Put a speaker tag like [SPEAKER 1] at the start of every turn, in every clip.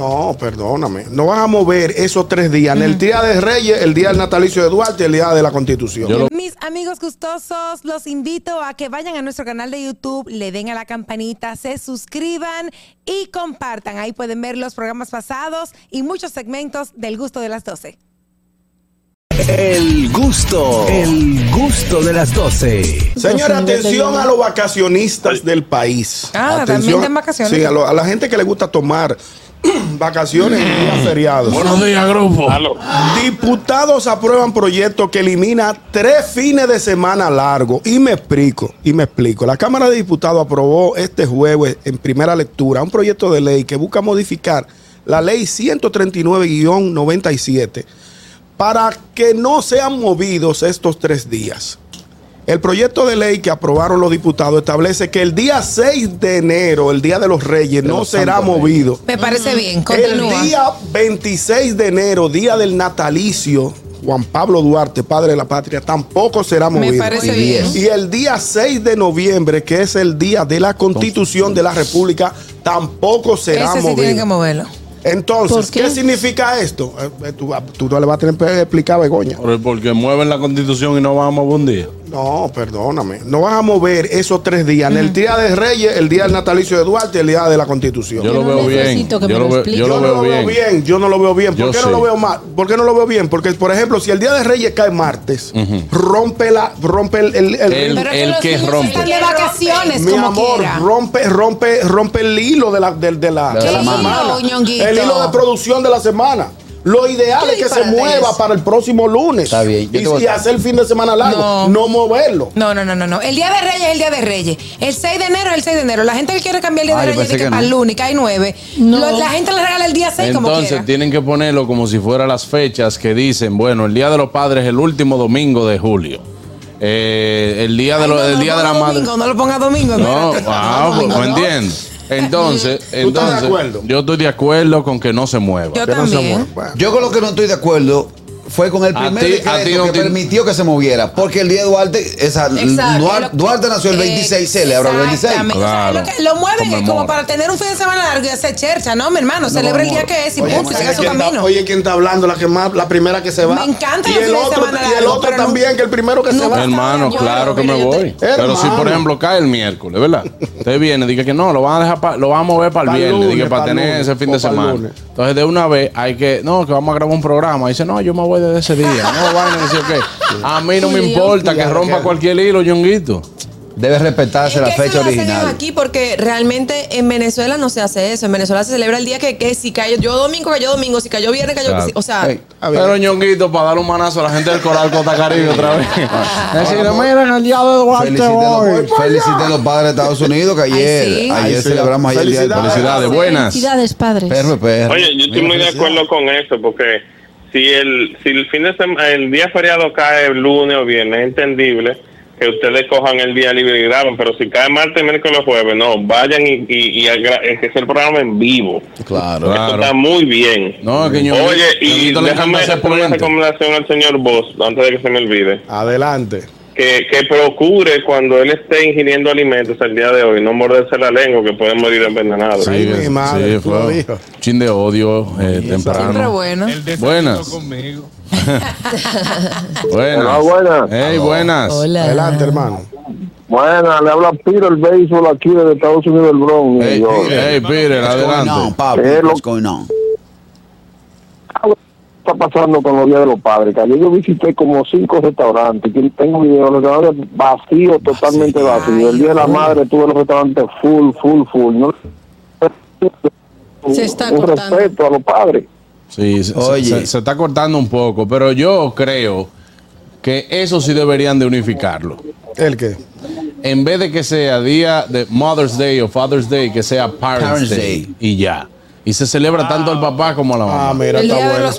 [SPEAKER 1] No, perdóname. No van a mover esos tres días. En el día de Reyes, el día del natalicio de Duarte y el día de la Constitución.
[SPEAKER 2] Yo lo- Mis amigos gustosos, los invito a que vayan a nuestro canal de YouTube, le den a la campanita, se suscriban y compartan. Ahí pueden ver los programas pasados y muchos segmentos del gusto de las 12.
[SPEAKER 3] El gusto, el gusto de las 12.
[SPEAKER 1] Señora, atención a los vacacionistas del país.
[SPEAKER 2] Ah,
[SPEAKER 1] Atención.
[SPEAKER 2] también dan vacaciones.
[SPEAKER 1] Sí, a, lo- a la gente que le gusta tomar vacaciones en días feriados.
[SPEAKER 4] Buenos días, grupo.
[SPEAKER 5] Aló.
[SPEAKER 1] Diputados aprueban proyecto que elimina tres fines de semana largo. Y me explico, y me explico. La Cámara de Diputados aprobó este jueves en primera lectura un proyecto de ley que busca modificar la ley 139-97 para que no sean movidos estos tres días. El proyecto de ley que aprobaron los diputados establece que el día 6 de enero, el Día de los Reyes, no será movido.
[SPEAKER 2] Me parece bien,
[SPEAKER 1] El día 26 de enero, día del natalicio, Juan Pablo Duarte, padre de la patria, tampoco será movido.
[SPEAKER 2] parece
[SPEAKER 1] y
[SPEAKER 2] bien.
[SPEAKER 1] Y el día 6 de noviembre, que es el día de la constitución de la república, tampoco será
[SPEAKER 2] Ese sí
[SPEAKER 1] movido.
[SPEAKER 2] tienen que moverlo.
[SPEAKER 6] ¿Por
[SPEAKER 1] Entonces, qué?
[SPEAKER 6] qué?
[SPEAKER 1] significa esto? Eh, eh, Tú, tú no le vas a tener que explicar a Begoña.
[SPEAKER 4] Pero Porque mueven la constitución y no vamos a un día.
[SPEAKER 1] No, perdóname. No vas a mover esos tres días. En el día de Reyes, el día del natalicio de Duarte, el día de la constitución.
[SPEAKER 4] Yo
[SPEAKER 6] Yo
[SPEAKER 4] lo
[SPEAKER 6] no
[SPEAKER 4] veo bien.
[SPEAKER 6] necesito
[SPEAKER 4] Yo
[SPEAKER 6] que me
[SPEAKER 4] lo
[SPEAKER 6] lo
[SPEAKER 4] veo,
[SPEAKER 6] explique.
[SPEAKER 4] yo
[SPEAKER 1] Yo
[SPEAKER 4] lo
[SPEAKER 1] no
[SPEAKER 4] veo bien.
[SPEAKER 1] Yo no lo veo bien. ¿Por
[SPEAKER 4] Yo
[SPEAKER 1] qué no
[SPEAKER 4] sí.
[SPEAKER 1] lo veo mal? ¿Por qué no lo veo bien? Porque, por ejemplo, si el día de Reyes cae martes, rompe la, rompe el, el- el-
[SPEAKER 4] El-
[SPEAKER 2] Pero es que los
[SPEAKER 4] que
[SPEAKER 2] niños
[SPEAKER 4] rompe.
[SPEAKER 2] están de vacaciones,
[SPEAKER 1] mi
[SPEAKER 2] como
[SPEAKER 1] amor,
[SPEAKER 2] quiera.
[SPEAKER 1] rompe, rompe, rompe el hilo de la, del- de la,
[SPEAKER 4] De
[SPEAKER 1] de la
[SPEAKER 4] la
[SPEAKER 1] semana.
[SPEAKER 2] semana. Hilo, Ñonguito.
[SPEAKER 1] el hilo de producción de la semana. Lo ideal
[SPEAKER 2] Qué
[SPEAKER 1] es que se
[SPEAKER 2] disparate
[SPEAKER 1] mueva
[SPEAKER 2] es.
[SPEAKER 1] para el próximo lunes.
[SPEAKER 3] Está bien, yo te
[SPEAKER 1] Y,
[SPEAKER 3] voy
[SPEAKER 1] y
[SPEAKER 3] a-
[SPEAKER 1] hacer el fin de semana largo. No,
[SPEAKER 2] No.
[SPEAKER 1] moverlo.
[SPEAKER 2] No, no, no, no, no. El día de Reyes es el día de Reyes. El 6 de enero es el 6 de enero. La gente que quiere cambiar el día
[SPEAKER 3] Ah,
[SPEAKER 2] de
[SPEAKER 3] yo
[SPEAKER 2] Reyes
[SPEAKER 3] pensé
[SPEAKER 2] dice que
[SPEAKER 3] que
[SPEAKER 2] para el
[SPEAKER 3] no.
[SPEAKER 2] lunes, que hay 9.
[SPEAKER 6] No.
[SPEAKER 2] la gente le regala el día 6 como
[SPEAKER 4] Entonces
[SPEAKER 2] quiera.
[SPEAKER 4] tienen que ponerlo como si fuera las fechas que dicen, bueno, el Día de los Padres es el último domingo de julio. Eh, el Día de,
[SPEAKER 2] Ay,
[SPEAKER 4] lo-
[SPEAKER 2] no,
[SPEAKER 4] el
[SPEAKER 2] no
[SPEAKER 4] día
[SPEAKER 2] lo
[SPEAKER 4] de la
[SPEAKER 2] ponga
[SPEAKER 4] Madre.
[SPEAKER 2] domingo, No lo ponga domingo.
[SPEAKER 4] No,
[SPEAKER 2] espérate.
[SPEAKER 4] ah,
[SPEAKER 2] No,
[SPEAKER 4] pues,
[SPEAKER 2] domingo,
[SPEAKER 4] no
[SPEAKER 2] no.
[SPEAKER 4] entiendo. Entonces,
[SPEAKER 1] estás de
[SPEAKER 4] entonces
[SPEAKER 1] acuerdo?
[SPEAKER 4] yo estoy de acuerdo con que no se mueva.
[SPEAKER 2] Yo
[SPEAKER 1] Que no se
[SPEAKER 2] también.
[SPEAKER 1] mueva.
[SPEAKER 3] Yo con lo que no estoy de acuerdo fue con el
[SPEAKER 4] A
[SPEAKER 3] primer
[SPEAKER 4] ti-
[SPEAKER 3] decreto
[SPEAKER 4] a ti no
[SPEAKER 3] que
[SPEAKER 4] te-
[SPEAKER 3] permitió que se moviera. Porque el día de Duarte, esa,
[SPEAKER 2] Exacto.
[SPEAKER 3] Duarte, Duarte nació el 26, se le abrió el 26.
[SPEAKER 2] Exactamente. O sea,
[SPEAKER 4] Claro.
[SPEAKER 2] lo, que- lo mueven es como
[SPEAKER 4] Conmemora.
[SPEAKER 2] para tener un fin de semana largo y hacer chercha, ¿no, mi hermano? Celebra el día que es y
[SPEAKER 1] Oye,
[SPEAKER 2] punto, siga su
[SPEAKER 1] ¿quién está-
[SPEAKER 2] camino.
[SPEAKER 1] oye, ¿quién está hablando? La, que más, la primera que se va.
[SPEAKER 2] Me encanta
[SPEAKER 1] Y
[SPEAKER 2] los
[SPEAKER 1] el
[SPEAKER 2] fines de
[SPEAKER 1] otro,
[SPEAKER 2] semana
[SPEAKER 1] y el
[SPEAKER 2] largos,
[SPEAKER 1] otro
[SPEAKER 2] pero
[SPEAKER 1] también,
[SPEAKER 2] no-
[SPEAKER 1] que el primero que se
[SPEAKER 2] no
[SPEAKER 1] va.
[SPEAKER 2] pasa
[SPEAKER 4] Hermano,
[SPEAKER 2] nada,
[SPEAKER 4] claro que
[SPEAKER 2] yo-
[SPEAKER 4] me
[SPEAKER 2] yo te-
[SPEAKER 4] voy. Pero si, por
[SPEAKER 1] Hermano.
[SPEAKER 4] ejemplo, cae el miércoles, ¿verdad? Usted viene, dice que no, lo van a dejar, pa- lo van a mover para
[SPEAKER 1] Pa'l
[SPEAKER 4] el viernes,
[SPEAKER 1] lunes,
[SPEAKER 4] dice, para
[SPEAKER 1] pa'l
[SPEAKER 4] tener
[SPEAKER 1] lunes,
[SPEAKER 4] ese fin de
[SPEAKER 1] o pa'l
[SPEAKER 4] semana.
[SPEAKER 1] lunes.
[SPEAKER 4] Entonces, de una vez hay que, no, que vamos a grabar un programa. Dice, no, yo me voy desde ese día. No, vaina, dice, ok. A mí no me importa que
[SPEAKER 1] Ya,
[SPEAKER 4] rompa
[SPEAKER 1] ya.
[SPEAKER 4] cualquier hilo, Yonguito.
[SPEAKER 3] Debe respetarse
[SPEAKER 7] Es
[SPEAKER 3] la
[SPEAKER 7] que
[SPEAKER 3] fecha
[SPEAKER 7] eso lo hacen ellos
[SPEAKER 3] original.
[SPEAKER 7] aquí porque realmente en Venezuela no se hace eso. En Venezuela se celebra el día que, que si cayó yo domingo, cayó domingo, si cayó viernes, cayó.
[SPEAKER 4] Claro.
[SPEAKER 7] O sea,
[SPEAKER 3] Ey, a ver.
[SPEAKER 4] Pero Ñonguito, para dar un manazo a la gente del Coral Costa Caribe otra vez. Decirle, miren, el día de Duarte
[SPEAKER 3] Felicité a
[SPEAKER 4] voy.
[SPEAKER 3] los, felicité a los padres de Estados Unidos que ayer,
[SPEAKER 2] sí.
[SPEAKER 3] ayer
[SPEAKER 1] Ay, sí.
[SPEAKER 3] celebramos ayer el día de
[SPEAKER 4] Felicidades, buenas.
[SPEAKER 6] Felicidades, padres.
[SPEAKER 3] Perro, perro.
[SPEAKER 5] Oye, yo estoy
[SPEAKER 3] Mira,
[SPEAKER 5] muy de
[SPEAKER 3] felicidades.
[SPEAKER 5] acuerdo con eso, porque si el, si el fin de semana, el día feriado cae el lunes o viernes, es entendible que ustedes cojan el día libre y graben, pero si cae martes, miércoles, jueves, no, vayan y, y, y agra- es que es el programa en vivo.
[SPEAKER 2] pues.
[SPEAKER 3] Claro.
[SPEAKER 4] Claro.
[SPEAKER 5] Eso está muy bien.
[SPEAKER 4] No, que Ñonguito-
[SPEAKER 5] Oye, y
[SPEAKER 4] Ñonguito le encanta
[SPEAKER 5] déjame
[SPEAKER 4] hacer
[SPEAKER 5] hacer una
[SPEAKER 4] puente.
[SPEAKER 5] recomendación al señor Boss, antes de que se me olvide.
[SPEAKER 1] Adelante.
[SPEAKER 5] que, que procure cuando él esté ingiriendo alimentos el día de hoy, no morderse la lengua que puede morir envenenado.
[SPEAKER 1] Sí. Ay, mi madre, tú lo
[SPEAKER 4] fue
[SPEAKER 1] dijo.
[SPEAKER 4] un chin de odio eh,
[SPEAKER 2] Siempre
[SPEAKER 4] temprano.
[SPEAKER 2] bueno.
[SPEAKER 4] Buenas.
[SPEAKER 8] conmigo.
[SPEAKER 4] Buenas.
[SPEAKER 9] Hola, buenas.
[SPEAKER 4] Ey, buenas.
[SPEAKER 1] Adelante, hermano.
[SPEAKER 9] Buenas, le habla Piro el béisbol aquí de Estados Unidos del Bronx.
[SPEAKER 4] Ey,
[SPEAKER 9] Yo-
[SPEAKER 4] Peter, ey, Peter,
[SPEAKER 3] What's going on,
[SPEAKER 4] adelante.
[SPEAKER 3] papi?
[SPEAKER 9] Eh, lo-
[SPEAKER 3] What's going on?
[SPEAKER 9] ¿Qué está pasando con los días de los padres? Que ayer yo visité como cinco restaurantes. que Tengo videos, los restaurantes vacíos, totalmente vacíos. El día de la madre tuve los restaurantes full, full, full. ¿no?
[SPEAKER 6] Se está
[SPEAKER 9] un
[SPEAKER 6] cortando.
[SPEAKER 9] respeto a los padres.
[SPEAKER 4] Sí, se,
[SPEAKER 3] Oye.
[SPEAKER 4] se- se está cortando un poco, pero yo creo que eso sí deberían de unificarlo.
[SPEAKER 1] ¿El qué?
[SPEAKER 4] En vez de que sea día de Mother's Day o Father's Day, que sea Parents,
[SPEAKER 3] Parents
[SPEAKER 4] Day.
[SPEAKER 3] Day.
[SPEAKER 4] y ya. Y se celebra tanto al papá como a la mamá.
[SPEAKER 1] Ah, mira,
[SPEAKER 2] El
[SPEAKER 1] está
[SPEAKER 2] día de
[SPEAKER 1] bueno.
[SPEAKER 2] los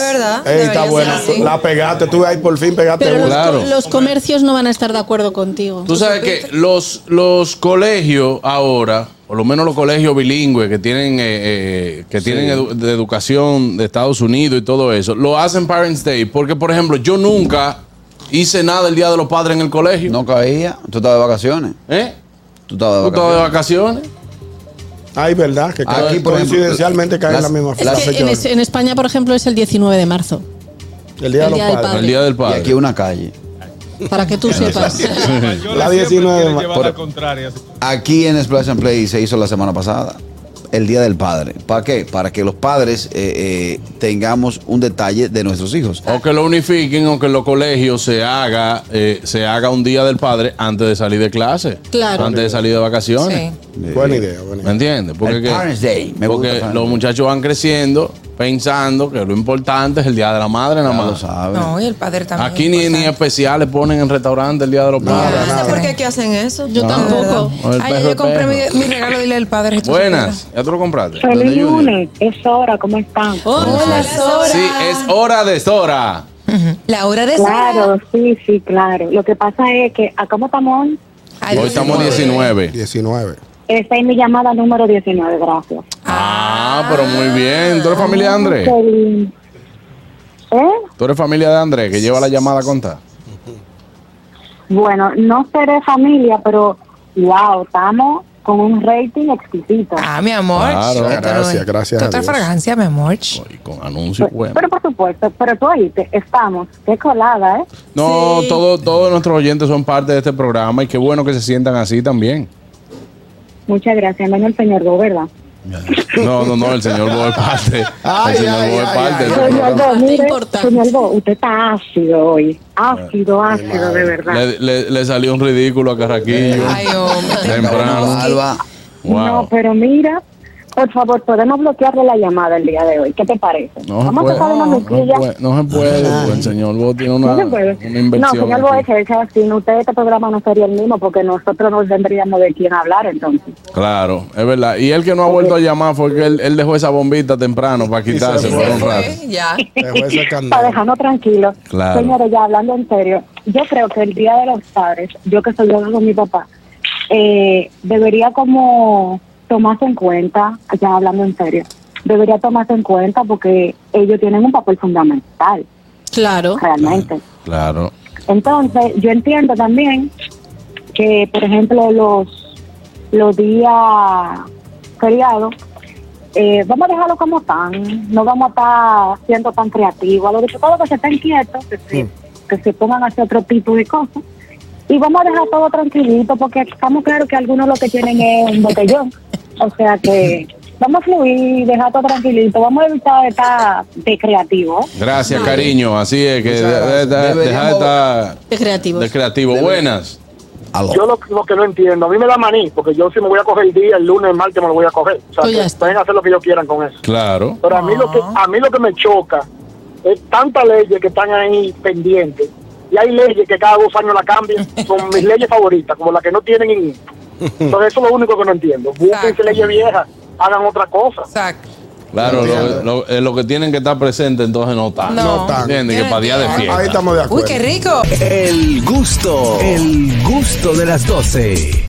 [SPEAKER 7] es verdad.
[SPEAKER 1] Ey, está
[SPEAKER 7] debería
[SPEAKER 1] bueno.
[SPEAKER 7] ser así.
[SPEAKER 1] La pegaste, tú ahí por fin pegaste
[SPEAKER 6] Pero los,
[SPEAKER 1] una.
[SPEAKER 4] Claro.
[SPEAKER 6] los comercios no van a estar de acuerdo contigo.
[SPEAKER 4] Tú sabes que los, los colegios ahora, por lo menos los colegios bilingües que tienen eh, eh, que tienen edu- de educación de Estados Unidos y todo eso, lo hacen Parents Day. Porque, por ejemplo, yo nunca hice nada el Día de los Padres en el colegio.
[SPEAKER 3] No caía. Tú estabas de vacaciones.
[SPEAKER 4] ¿Eh?
[SPEAKER 3] Tú estabas de
[SPEAKER 4] ¿Tú estabas de
[SPEAKER 3] vacaciones.
[SPEAKER 4] vacaciones?
[SPEAKER 1] Ay, verdad, que
[SPEAKER 8] Aquí,
[SPEAKER 1] aquí
[SPEAKER 8] por ejemplo,
[SPEAKER 1] coincidencialmente cae en la
[SPEAKER 8] las-
[SPEAKER 1] misma
[SPEAKER 6] Es
[SPEAKER 1] fecha.
[SPEAKER 6] que en, es- en España, por ejemplo, es el 19 de marzo.
[SPEAKER 1] El día de
[SPEAKER 6] el
[SPEAKER 1] los
[SPEAKER 6] Día del
[SPEAKER 1] padres.
[SPEAKER 4] El día del
[SPEAKER 8] Ah, Y
[SPEAKER 4] padre.
[SPEAKER 8] aquí una calle.
[SPEAKER 6] Para que tú sepas.
[SPEAKER 1] La 19 de marzo.
[SPEAKER 8] Por- Aquí en Splash and Play se hizo la semana pasada. El Día del Padre. ¿Para qué? Para que los padres eh, eh, tengamos un detalle de nuestros hijos.
[SPEAKER 4] O que lo unifiquen o que en los colegios se haga, eh, se haga un día del padre antes de salir de clase.
[SPEAKER 6] Claro.
[SPEAKER 4] Antes de salir de vacaciones.
[SPEAKER 1] Buena idea, buena
[SPEAKER 4] ¿Me
[SPEAKER 1] idea.
[SPEAKER 4] entiendes? Porque,
[SPEAKER 8] El
[SPEAKER 4] que-
[SPEAKER 8] Parents Day, me
[SPEAKER 4] porque
[SPEAKER 8] gusta, Parents
[SPEAKER 4] los
[SPEAKER 8] Day.
[SPEAKER 4] muchachos van creciendo pensando que lo importante es el día de la madre nada
[SPEAKER 8] Ya lo
[SPEAKER 4] más.
[SPEAKER 8] sabes.
[SPEAKER 7] No, y el padre también. pues,
[SPEAKER 4] Aquí ni, ni
[SPEAKER 7] importante.
[SPEAKER 4] especiales ponen en restaurante el día de los padres.
[SPEAKER 7] Ah,
[SPEAKER 4] nada.
[SPEAKER 7] ¿Por qué aquí hacen eso?
[SPEAKER 6] Yo
[SPEAKER 7] De
[SPEAKER 6] tampoco.
[SPEAKER 7] verdad.
[SPEAKER 4] O el
[SPEAKER 7] Ay,
[SPEAKER 4] perro,
[SPEAKER 7] yo compré mi,
[SPEAKER 4] perro.
[SPEAKER 7] mi regalo, dile al padre. Jesús.
[SPEAKER 4] Buenas, ya tú lo compraste.
[SPEAKER 10] Feliz
[SPEAKER 8] ¿Dónde, Junior?
[SPEAKER 10] lunes, es hora, ¿cómo están?
[SPEAKER 6] Hola, Sora.
[SPEAKER 4] Sí, es hora de Sora.
[SPEAKER 7] La hora de
[SPEAKER 10] Claro, sí, sí, claro. Lo que pasa es que acá como estamos,
[SPEAKER 7] Ay,
[SPEAKER 4] Hoy estamos 19.
[SPEAKER 1] 19.
[SPEAKER 10] esta es mi llamada número 19, gracias.
[SPEAKER 4] Ah, pero muy bien. ¿Tú eres familia de Andrés?
[SPEAKER 10] Qué lindo. ¿Eh?
[SPEAKER 4] ¿Tú eres familia de Andrés que lleva la llamada a contar?
[SPEAKER 10] Bueno, no seré familia, pero wow, estamos con un rating exquisito.
[SPEAKER 7] Ah, mi amor.
[SPEAKER 4] Claro,
[SPEAKER 7] Esto no
[SPEAKER 1] gracias,
[SPEAKER 7] es-
[SPEAKER 1] gracias
[SPEAKER 7] esto Otra
[SPEAKER 1] a Dios.
[SPEAKER 7] fragancia, mi amor.
[SPEAKER 4] Y con anuncios,
[SPEAKER 10] Pero-
[SPEAKER 4] bueno.
[SPEAKER 10] Pero por supuesto, pero tú oíste, estamos, qué colada, ¿eh?
[SPEAKER 4] No,
[SPEAKER 6] Sí.
[SPEAKER 4] todo- todos nuestros oyentes son parte de este programa y qué bueno que se sientan así también.
[SPEAKER 10] Muchas gracias, menos el señor Go, ¿verdad?
[SPEAKER 4] No, no, no, el señor Bo es parte.
[SPEAKER 1] Ay,
[SPEAKER 4] el señor
[SPEAKER 1] ay,
[SPEAKER 4] Bo es
[SPEAKER 1] ay,
[SPEAKER 4] parte
[SPEAKER 1] ay,
[SPEAKER 4] de este
[SPEAKER 1] ay.
[SPEAKER 10] Señor
[SPEAKER 4] programa.
[SPEAKER 10] Go, mire,
[SPEAKER 6] importante.
[SPEAKER 10] señor Go, usted está ácido hoy, ácido, ácido, de verdad.
[SPEAKER 4] Ah, Le, le- le salió un ridículo a Carraquillo.
[SPEAKER 7] Ay, hombre.
[SPEAKER 4] Temprano.
[SPEAKER 8] Alba,
[SPEAKER 4] Wow.
[SPEAKER 10] No, pero mira, por favor, podemos bloquearle la llamada el día de hoy. ¿Qué te parece?
[SPEAKER 4] No se
[SPEAKER 10] Vamos a
[SPEAKER 4] puede.
[SPEAKER 10] sacar
[SPEAKER 4] No
[SPEAKER 10] una
[SPEAKER 4] se
[SPEAKER 10] mezclilla.
[SPEAKER 4] puede, no se puede, pues, el señor Bo tiene una,
[SPEAKER 10] No se puede.
[SPEAKER 4] una
[SPEAKER 10] No,
[SPEAKER 4] inversión.
[SPEAKER 10] señor
[SPEAKER 4] aquí.
[SPEAKER 10] Boeche, sin usted este programa no sería el mismo porque nosotros no tendríamos de quién hablar entonces.
[SPEAKER 4] Claro, es verdad. Y el que no ha vuelto a llamar fue que él, él dejó esa bombita temprano para quitarse
[SPEAKER 1] se
[SPEAKER 4] por un rato.
[SPEAKER 7] Fue, ya.
[SPEAKER 1] Dejó esa
[SPEAKER 10] Para
[SPEAKER 1] candela.
[SPEAKER 10] dejarnos tranquilos.
[SPEAKER 4] Claro.
[SPEAKER 10] Señores, ya hablando en serio, yo creo que el Día de los Padres, yo que soy yo con mi papá, eh, debería como tomarse en cuenta, ya hablando en serio, debería tomarse en cuenta porque ellos tienen un papel fundamental,
[SPEAKER 6] Claro.
[SPEAKER 10] realmente.
[SPEAKER 4] Claro.
[SPEAKER 10] Entonces, yo entiendo también que, por ejemplo, los, los días feriados, eh, vamos a dejarlo como están, no vamos a estar siendo tan creativos. A los diputados que se estén quietos, que se, que se pongan a hacer otro tipo de cosas. Y vamos a dejar todo tranquilito, porque estamos claros que algunos lo que tienen es un botellón. O sea que vamos a fluir, dejar todo tranquilito, vamos a evitar estar de creativo. ¿eh?
[SPEAKER 4] Gracias, cariño. Así es que de,
[SPEAKER 1] Muchas
[SPEAKER 4] de-
[SPEAKER 1] gracias.
[SPEAKER 4] de- deja de
[SPEAKER 8] Deberíamos-
[SPEAKER 4] estar
[SPEAKER 6] De creativos.
[SPEAKER 4] de creativo. Buenas.
[SPEAKER 8] aló.
[SPEAKER 9] Yo lo, lo que no entiendo, a mí me da maní, porque yo si me voy a coger el día, el lunes, el martes me lo voy a coger. O sea,
[SPEAKER 6] Pues ya
[SPEAKER 9] que
[SPEAKER 6] está.
[SPEAKER 9] pueden hacer lo que ellos quieran con eso.
[SPEAKER 4] Claro.
[SPEAKER 9] Pero a mí, lo que, a mí lo que me choca es tantas leyes que están ahí pendientes. Y hay leyes que cada dos años la cambian. Son mis leyes favoritas, como las que no tienen. in- Entonces eso es lo único que no entiendo. Búsquense
[SPEAKER 7] Exacto.
[SPEAKER 9] leyes viejas, hagan otra cosa.
[SPEAKER 7] Exacto.
[SPEAKER 4] Claro, lo, lo- eh, lo que tienen que estar presentes entonces no están.
[SPEAKER 7] No. No
[SPEAKER 1] están.
[SPEAKER 4] ¿Entiendes? Que para día de fiesta.
[SPEAKER 1] Ahí estamos de
[SPEAKER 7] Uy,
[SPEAKER 1] acuerdo.
[SPEAKER 7] qué rico.
[SPEAKER 3] El gusto, el gusto de las 12.